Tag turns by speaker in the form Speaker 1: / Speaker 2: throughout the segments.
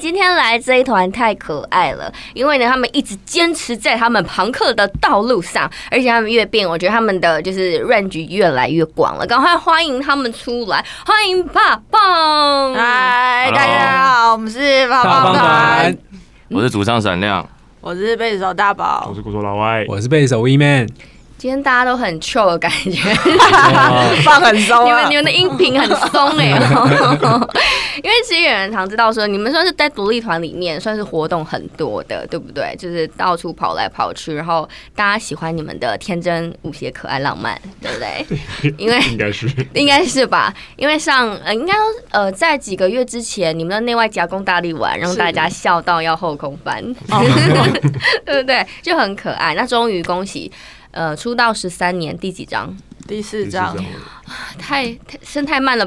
Speaker 1: 今天来这一团太可爱了，因为呢，他们一直坚持在他们朋克的道路上，而且他们越变，我觉得他们的就是 range 越来越广了。赶快欢迎他们出来，欢迎爸棒！
Speaker 2: 嗯啊嗨，大家好，我们是棒
Speaker 3: 大
Speaker 2: 棒
Speaker 3: 棒
Speaker 2: 团
Speaker 3: 团，，
Speaker 4: 我是主唱闪亮，
Speaker 2: 我是贝斯手大宝
Speaker 5: 我。是古说老外，
Speaker 3: 我是贝斯手 We Man，
Speaker 1: 今天大家都很 chill 的感觉，
Speaker 2: 放很
Speaker 5: 哦
Speaker 2: 松
Speaker 1: 你
Speaker 2: 啊
Speaker 1: 们你！们的音频很松哎、 因为其实远人常知道说，你们算是在独立团里面算是活动很多的，对不对？就是到处跑来跑去，然后大家喜欢你们的天真、无邪、可爱、浪漫，对不 对？因为
Speaker 5: 应该是
Speaker 1: 应该是吧，因为上呃，应该说呃，在几个月之前，你们的内外夹攻大力丸让大家笑到要后空翻，
Speaker 2: 哦
Speaker 1: 对不对？就很可爱。那终于恭喜，呃，出道十三年第几章？
Speaker 2: 第四
Speaker 5: 是这
Speaker 2: 章
Speaker 5: 样，
Speaker 1: 太太升太慢了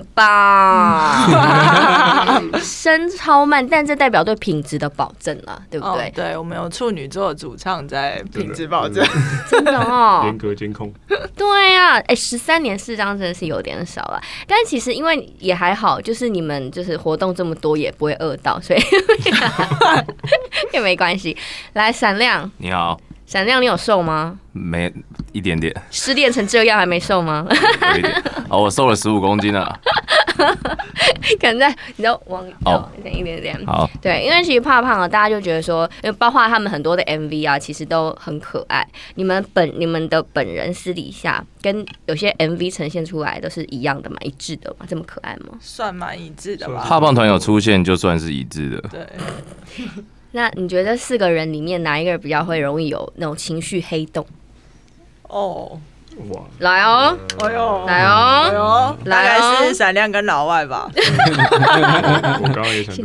Speaker 1: 吧，升超慢，但这代表对品质的保证了，对不
Speaker 2: 哦
Speaker 1: 对，？
Speaker 2: 对，我们有处女座的主唱在品质
Speaker 5: 对
Speaker 2: 保证，
Speaker 1: 真的哦，
Speaker 5: 严格监控。
Speaker 1: 对呀、哎、十三年四张真的是有点少了，但其实因为也还好，就是你们就是活动这么多也不会饿到，所以 也没关系。来，闪亮，
Speaker 4: 你好，
Speaker 1: 闪亮，你有瘦吗？
Speaker 4: 嗯没一点点，
Speaker 1: 失恋成这样还没瘦吗？
Speaker 4: 有一 点，哦，我瘦了十五公斤了，
Speaker 1: 可能在你知道往
Speaker 4: 哦
Speaker 1: 一点一点点。
Speaker 4: 好，
Speaker 1: 对，因为其实怕胖了，大家就觉得说，因为包括他们很多的 MV 啊，其实都很可爱。你们本你们的本人私底下跟有些 MV 呈现出来都是一样的嘛，一致的嘛，这么可爱吗？
Speaker 2: 算蛮一致的吧？
Speaker 4: 怕棒团有出现就算是一致的，
Speaker 2: 对，
Speaker 1: 那你觉得四个人里面哪一个比较会容易有那种情绪黑洞？
Speaker 2: 哦，
Speaker 5: 哇，
Speaker 1: 来哦，
Speaker 2: 哎呦，
Speaker 1: 来
Speaker 2: 哎
Speaker 1: 哦，
Speaker 2: 呦，大
Speaker 1: 来哦
Speaker 2: 概是闪亮跟老外吧？
Speaker 5: 我刚刚也想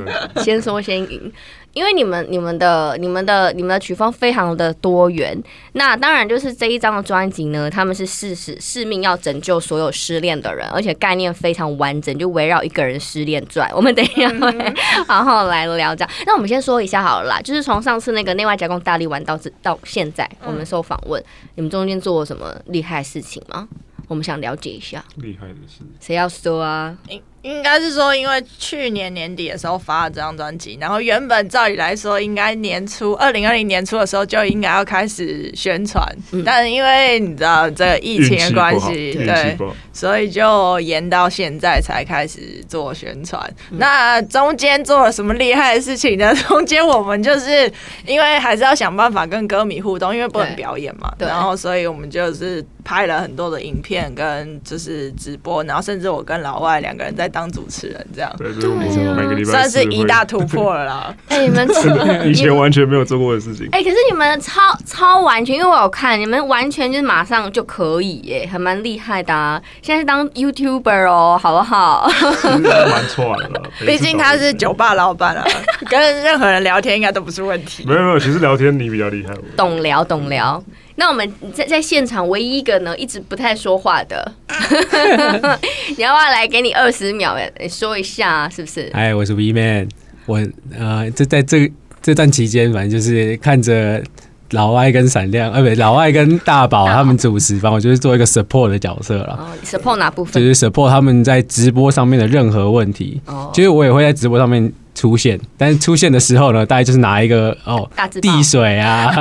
Speaker 5: 到，
Speaker 1: 先说先赢，因为你们、你们的、你们的、你们的曲风非常的多元。那当然就是这一张的专辑呢，他们是誓死誓命要拯救所有失恋的人，而且概念非常完整，就围绕一个人失恋转。我们等一下会 好好来聊这样。那我们先说一下好了啦，就是从上次那个内外夹攻大力丸到这到现在，我们受访问，你们中间做过什么厉害的事情吗？我们想了解一下，
Speaker 5: 厉害的是，
Speaker 1: 谁要说啊？
Speaker 2: 应应该是说，因为去年年底的时候发了这张专辑，然后原本照理来说，应该年初二零二零年初的时候就应该要开始宣传，但因为你知道这个疫情
Speaker 5: 运
Speaker 2: 的
Speaker 5: 气不好
Speaker 2: 关系，
Speaker 5: 运气
Speaker 2: 对，
Speaker 5: 不好，
Speaker 2: 所以就延到现在才开始做宣传。
Speaker 1: 嗯
Speaker 2: 那中间做了什么厉害的事情呢？ 中间我们就是因为还是要想办法跟歌迷互动，因为不能
Speaker 1: 对
Speaker 2: 表演嘛。
Speaker 1: 对
Speaker 2: 然后，所以我们就是拍了很多的影片跟就是直播，然后甚至我跟老外两个人在当主持人，这样
Speaker 5: 对，所以我们每个礼拜
Speaker 2: 啊算
Speaker 5: 四
Speaker 2: 是
Speaker 5: 会
Speaker 2: 一 大突破了啦。
Speaker 1: 哎、你们
Speaker 5: 以前完全没有做过的 事情。
Speaker 1: 哎、可是你们超超完全，因为我有看，你们完全就是马上就可以耶，还蛮厉害的、啊。现在是当 YouTuber 哦，好不 好？
Speaker 5: 蛮错的啦，
Speaker 2: 毕竟他是酒吧老板啊，跟任何人聊天应该都不是问题
Speaker 5: 没。有没有，其实聊天你比较厉害，我
Speaker 1: 懂聊懂聊。那我们在在现场唯一一个呢，一直不太说话 的，你要不要来给你二十秒哎，说一下、啊、是不是？
Speaker 3: 哎，我是 We Man，我呃，这在这这段期间，反正就是看着老外跟闪亮，呃，不，老外跟大宝他们主持方，我就是做一个 support 的角色啦，
Speaker 1: 哦，support 哪部
Speaker 3: 就
Speaker 1: 分？
Speaker 3: 是 support 他们在直播上面的任何问题，
Speaker 1: 哦
Speaker 3: 就是我也会在直播上面出现，但是出现的时候呢，大概就是拿一个哦
Speaker 1: 大字报
Speaker 3: 递水 啊，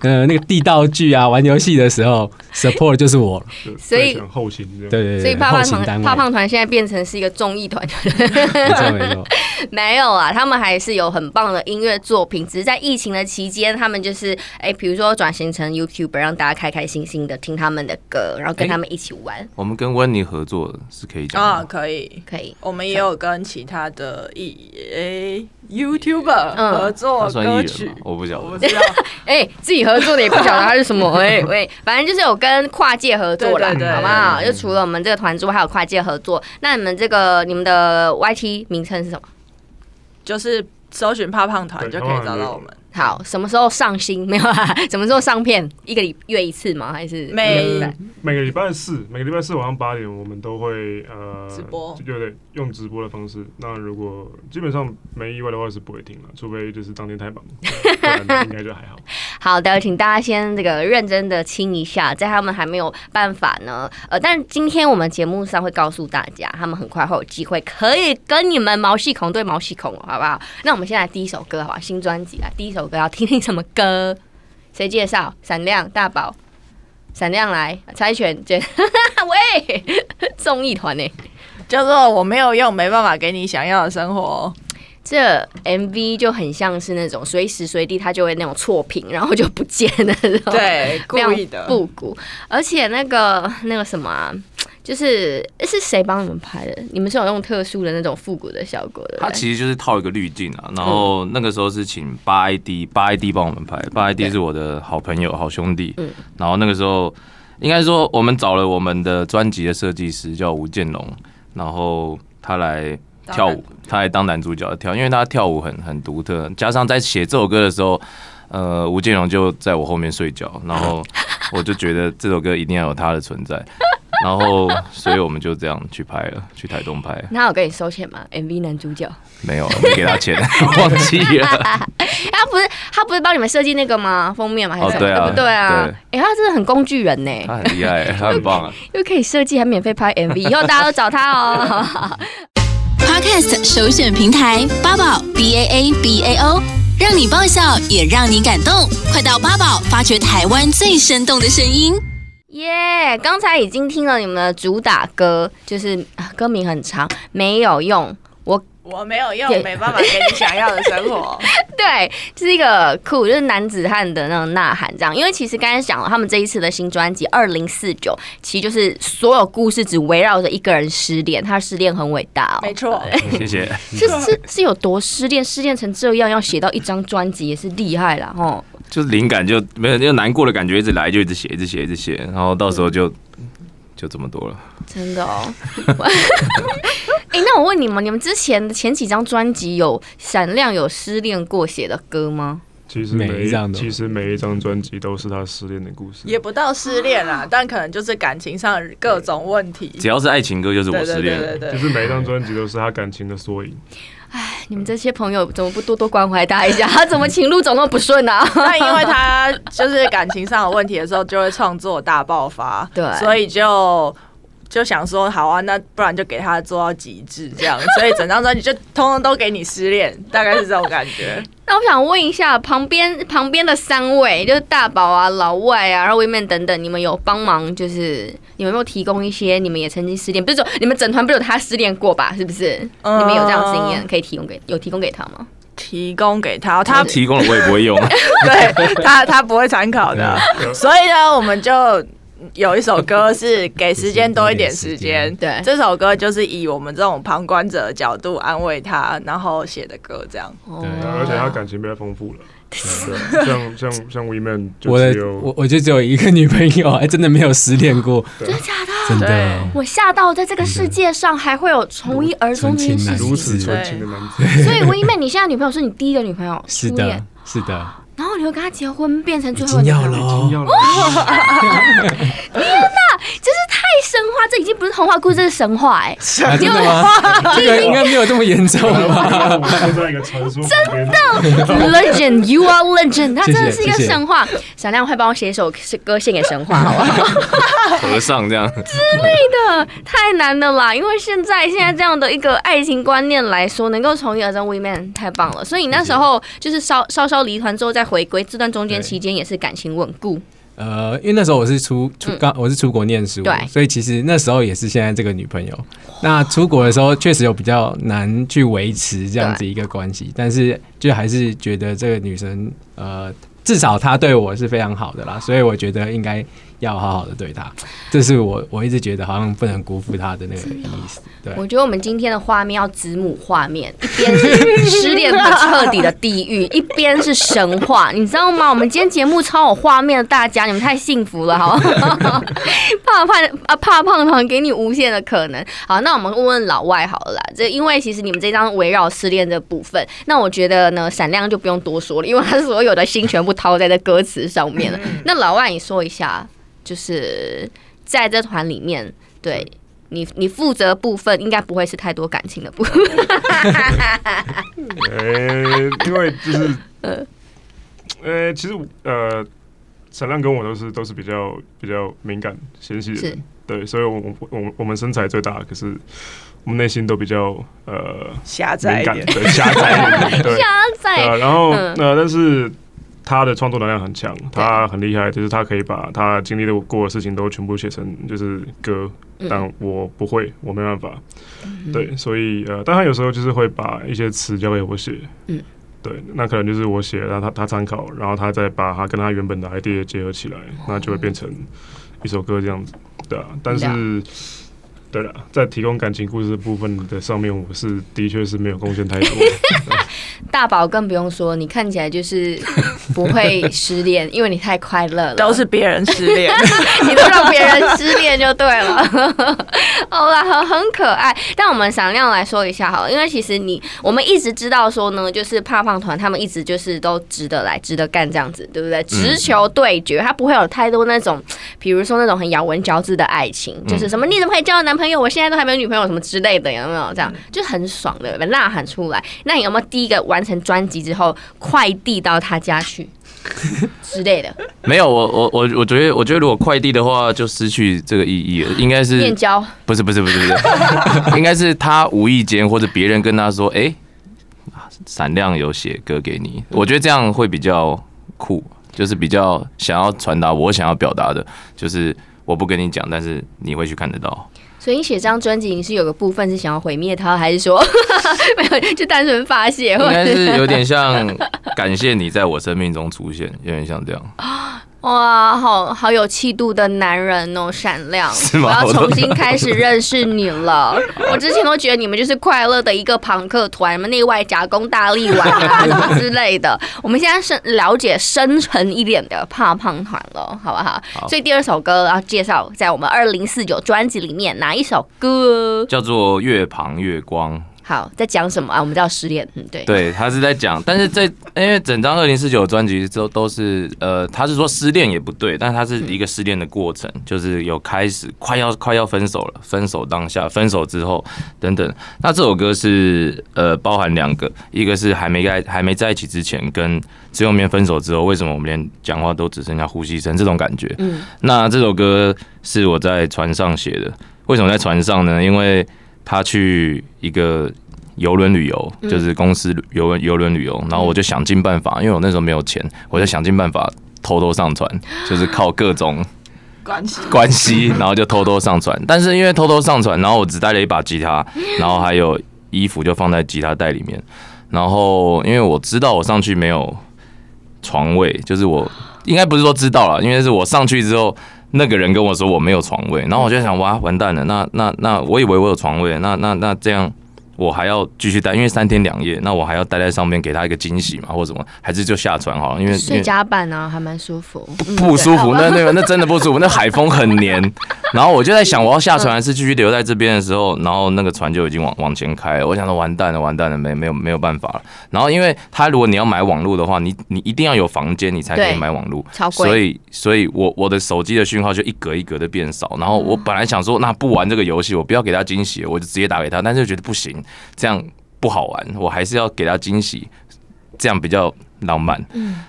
Speaker 3: 呃，那个递道具啊，玩游戏的时候 support 就是我了，
Speaker 5: 就
Speaker 1: 所以
Speaker 5: 非常后勤这样。
Speaker 3: 对对对，
Speaker 1: 所以怕
Speaker 3: 呃后
Speaker 1: 胖
Speaker 3: 勤单
Speaker 1: 团
Speaker 3: 位
Speaker 1: 怕胖团现在变成是一个综艺团，
Speaker 3: 没错没 错。
Speaker 1: 没有啊，他们还是有很棒的音乐作品，只是在疫情的期间，他们就是哎，比如说转型成 YouTuber，让大家开开心心的听他们的歌，然后跟
Speaker 4: 哎
Speaker 1: 他们一起玩，
Speaker 4: 我们跟温妮合作的是可以讲
Speaker 2: 啊，
Speaker 4: 的吗，
Speaker 2: 可以。
Speaker 1: 可以。
Speaker 2: 我们也有跟其他的艺诶 YouTuber
Speaker 1: 嗯
Speaker 2: 合
Speaker 4: 他
Speaker 2: 作
Speaker 4: 算
Speaker 2: 哦歌
Speaker 4: 艺人
Speaker 2: 曲
Speaker 4: 吗，？我不晓
Speaker 2: 我
Speaker 4: 得
Speaker 2: 不，知道，
Speaker 1: 哎、自己合作的也不晓得它是 什么，哎、喂，反正就是有跟跨界合作啦，
Speaker 2: 对对对
Speaker 1: 好不好？就除了我们这个团之外，还有跨界合作。那你们这个你们的 YT 名称是什么？
Speaker 2: 就是搜寻胖胖团就
Speaker 5: 对
Speaker 2: 可以找到我们。
Speaker 1: 好，什么时候上新？ 没有啊？什么时候上片？一个礼月一次吗？还是一
Speaker 2: 每
Speaker 1: 个礼拜
Speaker 5: 每个礼拜四，每个礼拜四晚上八点，我们都会呃
Speaker 2: 直播
Speaker 5: 就对，用直播的方式。那如果基本上没意外的话是不会停了，除非就是当天太 忙，不然应该就还好。
Speaker 1: 好的，请大家先这个认真的清一下，在他们还没有办法呢，呃，但是今天我们节目上会告诉大家，他们很快会有机会可以跟你们毛细孔对毛细孔，好不好？那我们先来第一首歌，好不好？新专辑啊，第一首歌要听听什么歌？谁介绍？闪亮、大宝、闪亮来，柴犬姐， 喂，综艺团呢？欸
Speaker 2: 叫做我没有用，没办法给你想要的生活。
Speaker 1: 这 MV 就很像是那种随时随地它就会那种错屏，然后就不见了，那种
Speaker 2: 对，故
Speaker 1: 非常
Speaker 2: 意的。
Speaker 1: 复古，而且那个那个什么、啊，就是是谁帮你们拍的？你们是有用特殊的那种复古的效果的？
Speaker 4: 它其实就是套一个滤镜啊，然后那个时候是请八 ID 八 ID 帮我们拍，八 ID 是我的好朋友、好兄弟。然后那个时候应该说我们找了我们的专辑的设计师叫吴建龙，然后他来跳舞，他来当男主角跳，因为他跳舞很很独特，加上在写这首歌的时候，呃，吴建龙就在我后面睡觉，然后我就觉得这首歌一定要有他的存在，然后所以我们就这样去拍了，去台东拍。
Speaker 1: 那他有跟你收钱吗？MV 男主角，
Speaker 4: 没有，没给他 钱，忘记了。
Speaker 1: 他不是他不是帮你们设计那个吗？封面吗？还是
Speaker 4: 哦对啊
Speaker 1: 不对啊？
Speaker 4: 对
Speaker 1: 哎、他真的很工具人呢、
Speaker 4: 他很厉害，他很棒啊！
Speaker 1: 又可以设计，还免费拍 MV，以后大家都找他哦。
Speaker 6: Podcast 首选平台八宝 B A A B A O，让你爆笑也让你感动，快到八宝发掘台湾最生动的声音。
Speaker 1: 耶！刚才已经听了你们的主打歌，就是啊歌名很长，没有用。我
Speaker 2: 我没有用，没办法给你想要的生活。
Speaker 1: 对，就是一个酷，就是男子汉的那种呐喊这样。因为其实刚才讲了，他们这一次的新专辑《二零四九》，其实就是所有故事只围绕着一个人失恋，他失恋很伟大哦
Speaker 2: 没。错，
Speaker 4: 谢谢。
Speaker 1: 是是是有多失恋，失恋成这样，要写到一张专辑也是厉害啦吼。
Speaker 4: 就是灵感就没有，就难过的感觉一直来，就一直写，一直写，一直写，然后到时候就就这么多了。
Speaker 1: 真的 哦。哎、那我问你们，你们之前的前几张专辑有闪亮有失恋过写的歌吗？
Speaker 5: 其实
Speaker 3: 每一
Speaker 5: 每一
Speaker 3: 张都
Speaker 5: 其实每一张专辑都是他失恋的故事，
Speaker 2: 也不到失恋啦，但可能就是感情上各种问题。
Speaker 4: 只要是爱情歌，就是我
Speaker 2: 对
Speaker 4: 失
Speaker 2: 对
Speaker 4: 恋
Speaker 2: 对
Speaker 4: 了
Speaker 2: 对。
Speaker 5: 就
Speaker 2: 对，
Speaker 5: 是每一张专辑都是他感情的缩影。
Speaker 1: 你们这些朋友怎么不多多关怀他一下？ 他怎么情路 走那么不顺啊？
Speaker 2: 但因为他就是感情上有问题的时候，就会创作大爆发。
Speaker 1: 对
Speaker 2: 所以就。就想说好啊，那不然就给他做到极致这样，所以整张专辑就通通都给你失恋，大概是这种感觉。
Speaker 1: 那我想问一下，旁边旁边的三位，就是大宝啊、老外啊，然后 women 等等，你们有帮忙，就是你们有没有提供一些你们也曾经失恋，不是说你们整团不是有他失恋过吧？是不是？
Speaker 2: 嗯
Speaker 1: 你们有这样的经验可以提供给有提供给他吗？
Speaker 2: 提供给他，
Speaker 4: 他
Speaker 2: 他
Speaker 4: 提供了我也 不会用，
Speaker 2: 对他他不会参考的，所以呢，我们就有一首歌是给时间多一点时间，
Speaker 1: 对
Speaker 2: 这首歌就是以我们这种旁观者的角度安慰他，然后写的歌这样。
Speaker 1: 哦
Speaker 3: 对
Speaker 5: 而且他感情被他丰富了，对像像像 We Man 就
Speaker 3: 我的
Speaker 5: 只有
Speaker 3: 我我就只有一个女朋友，哎，真的没有失恋过，
Speaker 5: 对
Speaker 1: 真的假的？
Speaker 3: 真
Speaker 2: 对
Speaker 3: 的。
Speaker 1: 我吓到，在这个世界上还会有从一而终这件事
Speaker 3: 纯情
Speaker 5: 如
Speaker 1: 情。
Speaker 5: 此纯情的男子。
Speaker 1: 所以 women，你现在女朋友是你第一个女朋友，
Speaker 3: 是
Speaker 1: 初
Speaker 3: 的
Speaker 1: 恋，
Speaker 3: 是的，
Speaker 1: 然后你会跟她结婚，变成
Speaker 3: 已
Speaker 1: 最后一
Speaker 3: 经
Speaker 1: 个
Speaker 3: 要
Speaker 1: 女
Speaker 3: 了
Speaker 1: 朋友
Speaker 3: 哦，
Speaker 5: 要了
Speaker 1: 就是太神话，这已经不是童话故事，这是神话哎、
Speaker 3: 啊真 的吗？这个应该没有这么严重吧？
Speaker 5: 我们现在一个传说旁边，真 的
Speaker 1: Legend, you are legend，它
Speaker 3: 谢谢
Speaker 1: 真的是一个
Speaker 3: 谢谢
Speaker 1: 神话。闪亮，快帮我写一首歌献给神话，好不好？
Speaker 4: 和尚这样。
Speaker 1: 真的太难了啦！因为现在现在这样的一个爱情观念来说，能够从一而终，women 太棒了。所以你那时候就是稍稍稍离团之后再回归，这段中间
Speaker 3: 对
Speaker 1: 期间也是感情稳固。
Speaker 3: 呃，因为那时候我是出
Speaker 2: 嗯
Speaker 3: 出刚、我是出国念书，
Speaker 1: 对
Speaker 3: 所以其实那时候也是现在这个女朋友。那出国的时候确实有比较难去维持这样子一个关系，但是就还是觉得这个女生呃，至少她对我是非常好的啦，所以我觉得应该要好好的对他。这是我我一直觉得好像不能辜负他的那个意思。
Speaker 2: 啊
Speaker 3: 对，
Speaker 1: 我觉得我们今天的画面要子母画面，一边是失恋不彻底的地狱，一边是神话，你知道吗？我们今天节目超有画面的，大家你们太幸福了，好不 好？怕胖啊，怕胖胖给你无限的可能。好，那我们问问老外好了啦，这因为其实你们这张围绕失恋这部分，那我觉得呢，闪亮就不用多说了，因为他所有的心全部掏在这歌词上面了。那老外，你说一下，就是在这团里面，对。你你负责的部分应该不会是太多感情的部分，
Speaker 5: 呃，因为就是，呃，其实呃，闪亮跟我都是都是比较比较敏感纤细的人
Speaker 1: 是，
Speaker 5: 对，所以我我我我们身材最大，可是我们内心都比较呃
Speaker 2: 狭窄
Speaker 5: 敏
Speaker 2: 一
Speaker 5: 感，
Speaker 2: 点。
Speaker 5: 对，狭窄一点，对，对啊，
Speaker 1: 在
Speaker 5: 然后
Speaker 1: 嗯
Speaker 5: 呃，但是他的创作能量很强，他很厉害，就是他可以把他经历的过的事情都全部写成就是歌，
Speaker 1: 嗯
Speaker 5: 但我不会，我没办法。对，所以呃，但他有时候就是会把一些词交给我写，
Speaker 1: 嗯，
Speaker 5: 对，那可能就是我写，然后他他参考，然后他再把他跟他原本的 idea 结合起来，
Speaker 1: 哦
Speaker 5: 那就会变成一首歌这样子，对啊，但是。对了，在提供感情故事的部分的上面，我是的确是没有贡 献太多。
Speaker 1: 大宝更不用说，你看起来就是不会失恋，因为你太快乐了，
Speaker 2: 都是别人失恋，
Speaker 1: 你都让别人失恋就对了。 好啦，很很可爱。但我们闪亮来说一下好了，因为其实你我们一直知道说呢，就是胖胖团他们一直就是都值得来、值得干这样子，对不对？直球对决，他不会有太多那种，比如说那种很咬文嚼字的爱情，就是什么你怎么可以交男朋友？我现在都还没有女朋友什么之类的，有没有？这样就很爽的呐喊出来。那你有没有第一个完成专辑之后快递到他家去之类的
Speaker 4: 没有，我我我我觉得，我觉得如果快递的话，就失去这个意义了。应该是
Speaker 1: 面交？
Speaker 4: 不是不是不是不是，应该是他无意间或者别人跟他说，哎、闪亮有写歌给你，我觉得这样会比较酷，就是比较想要传达我想要表达的，就是我不跟你讲，但是你会去看得到。
Speaker 1: 所以你写这张专辑，你是有个部分是想要毁灭它，还是 说没有就单纯发泄？
Speaker 4: 应
Speaker 1: 或
Speaker 4: 该
Speaker 1: 者
Speaker 4: 是有点像感谢你在我生命中出现，有点像这样。
Speaker 1: 哇，好好有气度的男人哦，闪亮！
Speaker 4: 是吗
Speaker 1: 我要
Speaker 4: 我都
Speaker 1: 重新开始认识你 了。我之前都觉得你们就是快乐的一个朋克团，什么内外夹攻、大力丸啊什么之类 的。我们现在是了解深沉一点的胖胖团了，好不好？
Speaker 4: 好
Speaker 1: 所以第二首歌要介绍在我们二零四九专辑里面哪一首歌？
Speaker 4: 叫做月旁月光，
Speaker 1: 好，在讲什么啊？我们叫失恋，嗯，对。
Speaker 4: 对他是在讲，但是在因为整张二零四九专辑都都是呃，他是说失恋也不对，但他是一个失恋的过程，就是有开始快要快要分手了，分手当下，分手之后等等。那这首歌是呃包含两个，一个是还没在还没在一起之前，跟最后面分手之后，为什么我们连讲话都只剩下呼吸声这种感觉？嗯，那这首歌是我在船上写的，为什么在船上呢？因为他去一个游轮旅游，就是公司游轮游轮旅游，然后我就想尽办法，因为我那时候没有钱，我就想尽办法偷偷 上船，就是靠各种
Speaker 2: 关系
Speaker 4: 关系，然后就偷偷上船。但是因为偷偷上船，然后我只带了一把吉 他，然后还有衣服就放在吉他袋里面。然后因为我知道我上去没有床位，就是 我应该不是说知道了，因为是我上去之后，那个人跟我说我没有床位，然后我就想哇完蛋了，那那那我以为我有床位，那那那这样。我还要继续待，因为三天两夜，那我还要待在上面给他一个惊喜嘛，或者什么，还是就下船好了，因为因
Speaker 1: 睡
Speaker 4: 为
Speaker 1: 甲板啊，还蛮舒服。嗯
Speaker 4: 不舒服，
Speaker 1: 对
Speaker 4: 那那个那真的不舒服，那海风很 黏。然后我就在想，我要下船还是继续留在这边的时候，然后那个船就已经往往前开了。我想说，完蛋了，完蛋了，没没有没有办法了。然后因为他如果你要买网络的话，你你一定要有房间，你才可以
Speaker 1: 对
Speaker 4: 买网络。
Speaker 1: 超贵
Speaker 4: 所以所以我我的手机的讯号就一格一格的变少。然后我本来想说，那不玩这个游戏，我不要给他惊喜，我就直接打给他，但是又觉得不行，这样不好玩，我还是要给他惊喜，这样比较浪漫。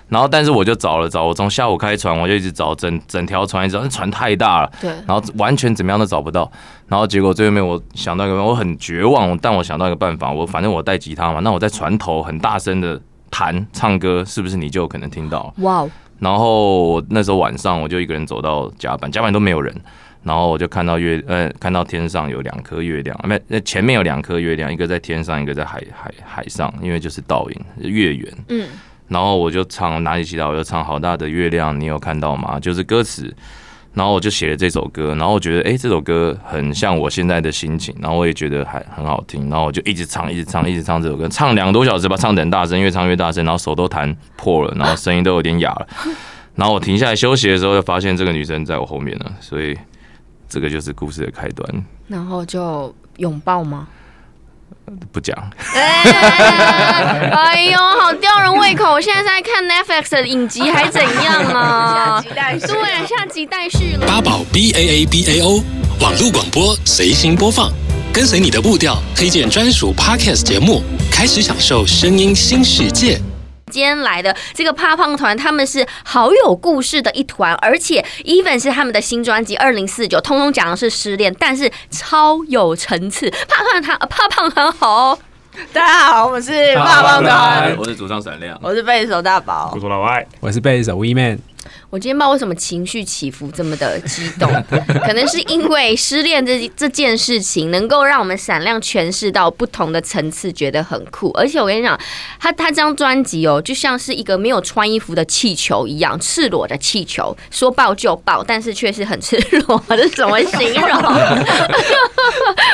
Speaker 4: 然后但是我就找了找，我从下午开船，我就一直找整整条船，一直找，那船太大了，
Speaker 1: 对
Speaker 4: 然后完全怎么样都找不到。然后结果最后面我想到一个办法，我很绝望，但我想到一个办法，我反正我带吉他嘛，那我在船头很大声的弹唱歌，是不是你就有可能听到？
Speaker 1: 哇哦，
Speaker 4: 然后我那时候晚上我就一个人走到甲板，甲板都没有人，然后我就看到月呃看到天上有两颗月亮，啊没呃前面有两颗月亮，一个在天上，一个在海海海上，因为就是倒影月圆。
Speaker 1: 嗯。
Speaker 4: 然后我就唱，拿起吉他我就唱《好大的月亮》，你有看到吗？就是歌词。然后我就写了这首歌，然后我觉得哎、诶这首歌很像我现在的心情，然后我也觉得还很好听，然后我就一直唱，一直唱，一直唱这首歌，唱两个多小时吧，唱得很大声，越唱越大声，然后手都弹破了，然后声音都有点哑了，然后我停下来休息的时候，就发现这个女生在我后面了，所以这个就是故事的开端，
Speaker 1: 然后就拥抱吗？
Speaker 4: 不讲。
Speaker 1: 哎哎呦，好吊人胃口！我现在在看 Netflix 的影集，还怎样啊？
Speaker 2: 期待是
Speaker 1: 对，下集待续了。
Speaker 7: 八宝 B A A B A O 网络广播随心播放，跟随你的步调，推荐专属 Podcast 节目，开始享受声音新世界。
Speaker 1: 今天来的这个怕胖团，他们是好有故事的一团，而且 even 是他们的新专辑《二零四九》，通通讲的是失恋，但是超有层次。怕胖团，呃怕胖团好哦、
Speaker 2: 大家好，我们是霸
Speaker 3: 大
Speaker 2: 王
Speaker 3: 棒团
Speaker 2: 团，
Speaker 4: 我是主唱闪亮，
Speaker 2: 我是贝斯手大宝
Speaker 5: 我。说老外，
Speaker 3: 我是贝斯手 We Man，
Speaker 1: 我今天不知道为什么情绪起伏这么的激动， 可能是因为失恋这这件事情能够让我们闪亮诠释到不同的层次，觉得很酷。而且我跟你讲，他他这张专辑哦，就像是一个没有穿衣服的气球一样，赤裸的气球，说爆就爆，但是却是很赤裸，这怎么形容？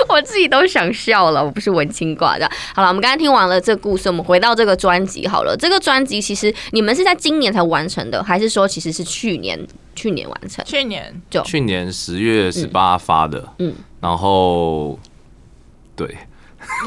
Speaker 1: 我自己都想笑了，我不是文青挂的。好了，我们刚才听完了这个故事，我们回到这个专辑好了。这个专辑其实你们是在今年才完成的，还是说其实是去年去年完成？
Speaker 2: 去年
Speaker 4: 去年十月十八发的，
Speaker 1: 嗯
Speaker 4: 然后对，
Speaker 2: 完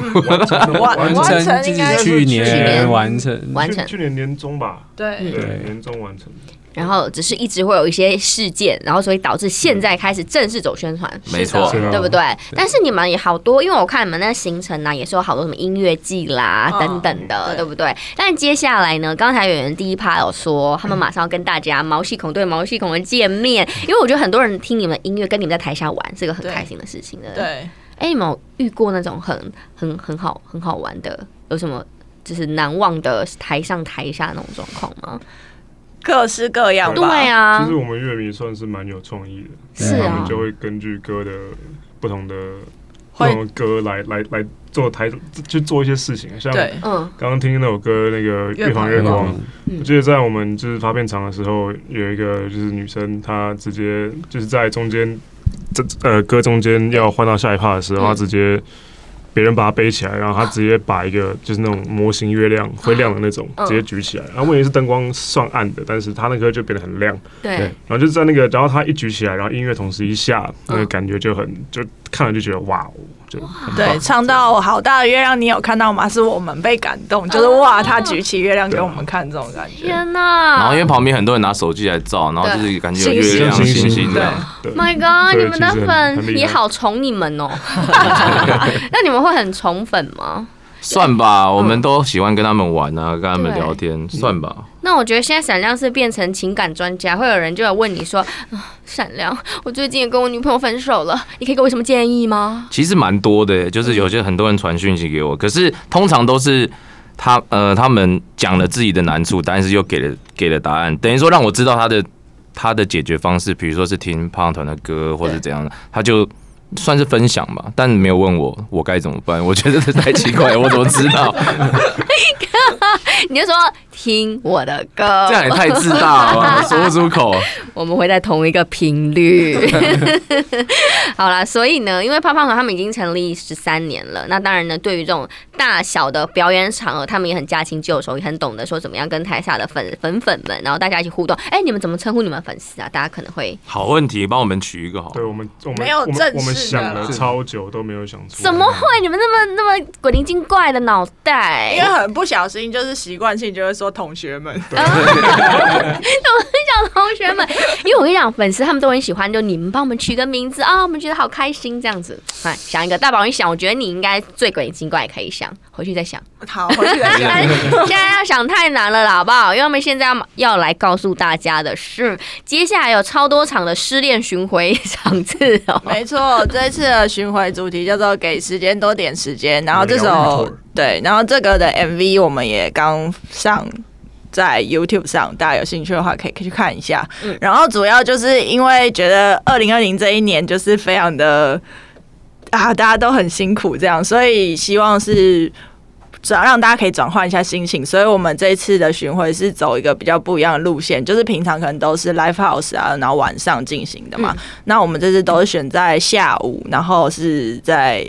Speaker 2: 完
Speaker 3: 完成
Speaker 2: 成
Speaker 3: 就
Speaker 2: 应该
Speaker 3: 是
Speaker 2: 是
Speaker 3: 去
Speaker 1: 去
Speaker 3: 年
Speaker 1: 年
Speaker 3: 完成。
Speaker 1: 完成
Speaker 5: 嗯
Speaker 1: 嗯
Speaker 5: 去去年年中吧，
Speaker 2: 对
Speaker 5: 对
Speaker 3: 对，
Speaker 5: 年中完成。
Speaker 1: 然后只是一直会有一些事件，然后所以导致现在开始正式走宣传，
Speaker 4: 没错
Speaker 5: 是，啊
Speaker 1: 对不对？但是你们也好多，因为我看你们那行程啊呢、也是有好多什么音乐季啦、
Speaker 2: 嗯
Speaker 1: 等等的，
Speaker 2: 对
Speaker 1: 对不对？但接下来呢，刚才演员第一趴有说，他们马上要跟大家毛细孔对毛细孔的见面，因为我觉得很多人听你们音乐，跟你们在台下玩是个很
Speaker 2: 对
Speaker 1: 开心的事情的。，
Speaker 2: 对，
Speaker 1: 哎，你们有遇过那种很很很好很好玩的，有什么就是难忘的台上台下那种状况吗？
Speaker 2: 各式各样吧。
Speaker 1: 对
Speaker 5: 其
Speaker 1: 啊
Speaker 5: 实，我们乐迷算是蛮有创意的，
Speaker 1: 是
Speaker 5: 他
Speaker 1: 啊
Speaker 5: 们，就会根据歌的不同的不
Speaker 2: 会
Speaker 5: 同的歌来来来做台去做一些事情，像
Speaker 2: 对，
Speaker 1: 嗯，
Speaker 5: 刚刚听那首歌那个《
Speaker 2: 月
Speaker 5: 月
Speaker 2: 光
Speaker 5: 光月光》
Speaker 3: 嗯，
Speaker 5: 我记得在我们就是发片场的时候，有一个就是女生，她直接就是在中间这呃歌中间要换到下一趴的时候，她直接别人把她背起来，然后她直接把一个就是那种模型月亮会亮的那种
Speaker 1: 嗯
Speaker 5: 直接举起来，然后问题是灯光算暗的，但是她那颗就变得很亮。
Speaker 1: 对，
Speaker 5: 然后就在那个，然后他一举起来，然后音乐同时一下，那个感觉就很，就看了就觉得哇，哦，就很棒
Speaker 2: 对，唱到《好大的月亮》，你有看到吗？是我们被感动，就是哇，他举起月亮给我们看，这种感觉。
Speaker 1: 天哪！
Speaker 4: 然后因为旁边很多人拿手机来照，然后就是感觉有月亮、
Speaker 5: 像
Speaker 4: 星
Speaker 5: 星
Speaker 4: 星这
Speaker 5: 对
Speaker 4: 样。
Speaker 5: 对，
Speaker 1: My God！
Speaker 5: 所以
Speaker 1: 你们的
Speaker 5: 其实很很厉
Speaker 1: 粉
Speaker 5: 害
Speaker 1: 也好宠你们 哦， 那你们会很宠粉吗？
Speaker 4: 算吧，我们都喜欢跟他们玩啊，跟他们聊天，算吧。
Speaker 1: 那我觉得现在闪亮是变成情感专家，会有人就来问你说：“ 啊闪亮，我最近也跟我女朋友分手了，你可以给我什么建议吗
Speaker 4: 其实蛮多的、就是有些很多人传讯息给我，可是通常都是他呃他们讲了自己的难处，但是又给了给了答案，等于说让我知道他的他的解决方式，比如说是听胖团的歌或者怎样的，他就。算是分享吧，但没有问我我该怎么办，我觉得这太奇怪了，我怎么知道？？”
Speaker 1: 你就说听我的歌
Speaker 4: 这，样也太自大了吧，说不出口。
Speaker 1: 我们会在同一个频率。 好啦，所以呢，因为胖胖团他们已经成立十三年了，那当然呢，对于这种大小的表演场合，他们也很驾轻就熟，也很懂得说怎么样跟台下的粉粉粉们，然后大家一起互动。哎、你们怎么称呼你们粉丝啊？大家可能会
Speaker 4: 好问题，帮我们取一
Speaker 1: 哦
Speaker 4: 个好了。
Speaker 5: 对我们我们
Speaker 2: 没有
Speaker 5: 我们
Speaker 2: 正式的
Speaker 5: 我们想了超久都没有想出来，
Speaker 1: 怎么会？你们那么那么鬼灵精怪的脑袋？
Speaker 2: 因为很不小心，就是习惯性就会说同学们，
Speaker 1: 小同学们，因为我跟你讲，粉丝他们都很喜欢，就你们帮我们取个名字啊、我们觉得好开心这样子。哎，想一个大宝，你想，我觉得你应该最鬼灵精怪，可以想，回去再想。
Speaker 2: 好，回 去再讲。
Speaker 1: 但是现在要想太难了啦，好不好？因为我们现在要要来告诉大家的是，接下来有超多场的失恋巡回场次哦。
Speaker 2: 没错，这次的巡回主题叫做“给时间多点时间”，然后这
Speaker 5: 疗愈
Speaker 2: 首
Speaker 5: 会
Speaker 2: 对，然后这个的 MV 我们也刚上。在 YouTube 上，大家有兴趣的话可以可以去看一下。然后主要就是因为觉得二零二零这一年就是非常的啊，大家都很辛苦这样，所以希望是转让大家可以转换一下心情，所以我们这一次的巡回是走一个比较不一样的路线，就是平常可能都是 live house 啊，然后晚上进行的嘛。那我们这次都是选在下午，然后是在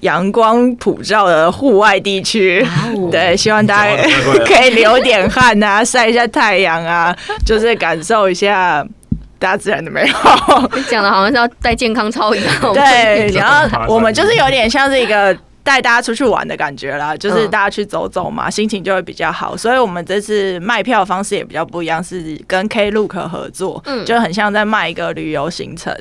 Speaker 2: 阳光普照的户外地区。
Speaker 4: 哦
Speaker 2: 对，希望大家可以流点汗啊， 晒一下太阳啊，就是感受一下大自然的美 好。
Speaker 1: 讲的好像是要带健康操一样。我们
Speaker 2: 对，然后我们就是有点像是一个带大家出去玩的感觉
Speaker 4: 嗯
Speaker 2: 啦，就是大家去走走嘛，心情就会比较好。所以我们这次卖票方式也比较不一样，是跟 Klook 合作，
Speaker 4: 嗯
Speaker 2: 就很像在卖一个旅游行 程。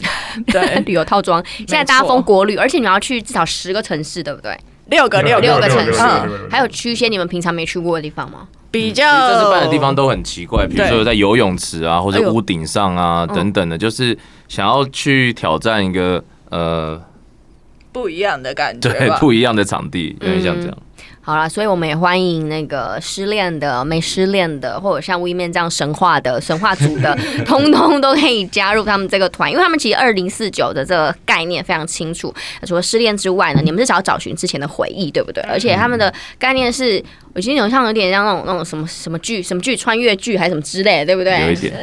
Speaker 2: 对，
Speaker 1: 旅游套装，现在大家封国旅，而且你们要去至少十个城市，对不对？
Speaker 2: 六个
Speaker 5: 六
Speaker 2: 个
Speaker 1: 个城
Speaker 5: 六
Speaker 1: 市
Speaker 5: 个六个六，个
Speaker 1: 还有去一些你们平常没去过的地方吗？
Speaker 2: 比
Speaker 4: 嗯其实
Speaker 2: 较
Speaker 4: 这次办的地方都很奇怪，比
Speaker 2: 哦
Speaker 4: 如
Speaker 2: 对嗯
Speaker 4: 说在游泳池啊，或
Speaker 1: 哎
Speaker 4: 者
Speaker 1: 呦
Speaker 4: 屋顶上啊、等等的，就是想要去挑战一个呃，
Speaker 2: 不一样的感觉
Speaker 4: 对
Speaker 2: 吧。嗯
Speaker 4: 不一样的场地，有点像这样。
Speaker 1: 好啦，所以我们也欢迎那个失恋的、没失恋的，或者像 We Man 这样神话的、神话组 的，通通都可以加入他们这个团，因为他们其实二零四九的这个概念非常清楚。除了失恋之外呢，
Speaker 2: 嗯
Speaker 1: 你们至少要找寻之前的回忆，对不对？而且他们的概念是，我觉得有像有点像那种那种什么什么剧、什么剧穿越剧还是什么之类的，对不对？
Speaker 4: 有一点。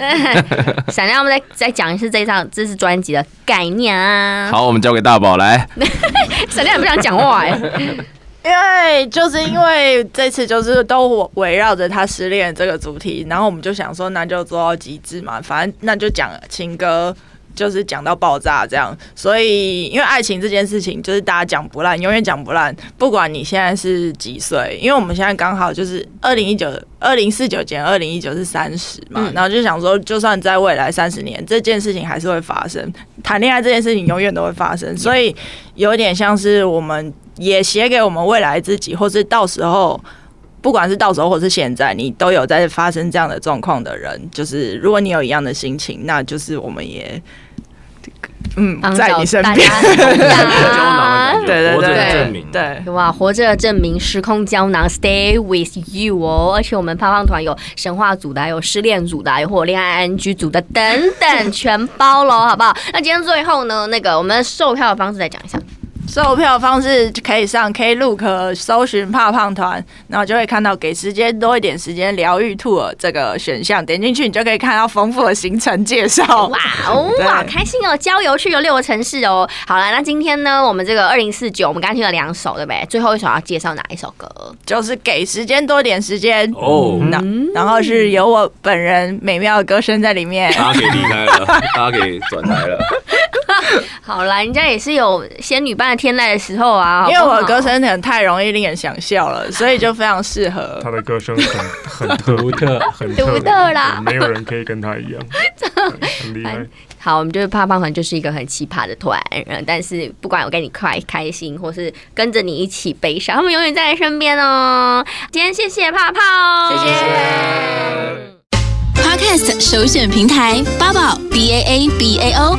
Speaker 1: 闪亮，我们再再讲一次这一张这次专辑的概念啊。
Speaker 4: 好，我们交给大宝来。
Speaker 1: 闪亮也不想讲话 哎、
Speaker 2: 因为就是因为这次就是都围绕着他失恋这个主题，然后我们就想说那就做到极致嘛，反正那就讲情歌。就是讲到爆炸这样，所以因为爱情这件事情，就是大家讲不烂，永远讲不烂。不管你现在是几岁，因为我们现在刚好就是二零一九、二零四九减二零一九是三十嘛，然后就想说，就算在未来三十年，这件事情还是会发生，谈恋爱这件事情永远都会发
Speaker 1: 嗯
Speaker 2: 生，所以有点像是我们也写给我们未来自己，或是到时候，不管是到时候或是现在，你都有在发生这样的状况的人，就是如果你有一样的心情，那就是我们也，嗯，
Speaker 1: 帮
Speaker 2: 在
Speaker 1: 到
Speaker 2: 你身
Speaker 1: 大
Speaker 2: 边
Speaker 1: 家。的啊同 样
Speaker 2: 对
Speaker 4: 胶囊的感觉
Speaker 2: 对对
Speaker 4: 活着的
Speaker 2: 对
Speaker 4: 证明。
Speaker 2: 对，
Speaker 1: 哇，活着证明时空胶囊，Stay with you 哦！而且我们胖胖团有神话组的，还有失恋组的，还有或恋爱 NG 组的等等，全包喽，好不好？那今天最后呢，那个我们售票的方式再讲一下。
Speaker 2: 售票方式可以上 Klook 搜寻“胖胖团”，然后就会看到“给时间多一点时间疗愈 tour” 这个选项，点进去你就可以看到丰富的行程介绍。
Speaker 1: 哇哦，
Speaker 2: 对
Speaker 1: 好开心哦！郊游去有六个城市哦。好了，那今天呢，我们这个二零四九，我们刚刚听了两首，对不对？最后一首要介绍哪一首歌？
Speaker 2: 就是给时间多点时间
Speaker 4: 哦
Speaker 2: 那
Speaker 1: 嗯
Speaker 2: 然后是有我本人美妙的歌声在里面。
Speaker 4: 大家给离开了，大家给转台了。
Speaker 1: 好啦，人家也是有仙女般的天籁的时候啊，好不
Speaker 2: 因
Speaker 1: 好
Speaker 2: 为我的歌声可能太容易令人想笑了，所以就非常适合
Speaker 5: 他。的歌声很很特
Speaker 3: 独特
Speaker 5: 很
Speaker 1: 独
Speaker 5: 别
Speaker 1: 特啦
Speaker 5: 没有人可以跟他 一样，对很厉害。
Speaker 1: 好，我们就是怕胖团就是一个很奇葩的团，嗯，但是不管我跟你快开心，或是跟着你一起悲伤，他们永远在你身边哦。今天谢谢泡泡哦，谢谢。
Speaker 6: Podcast 首选平台八宝 B A A B A O，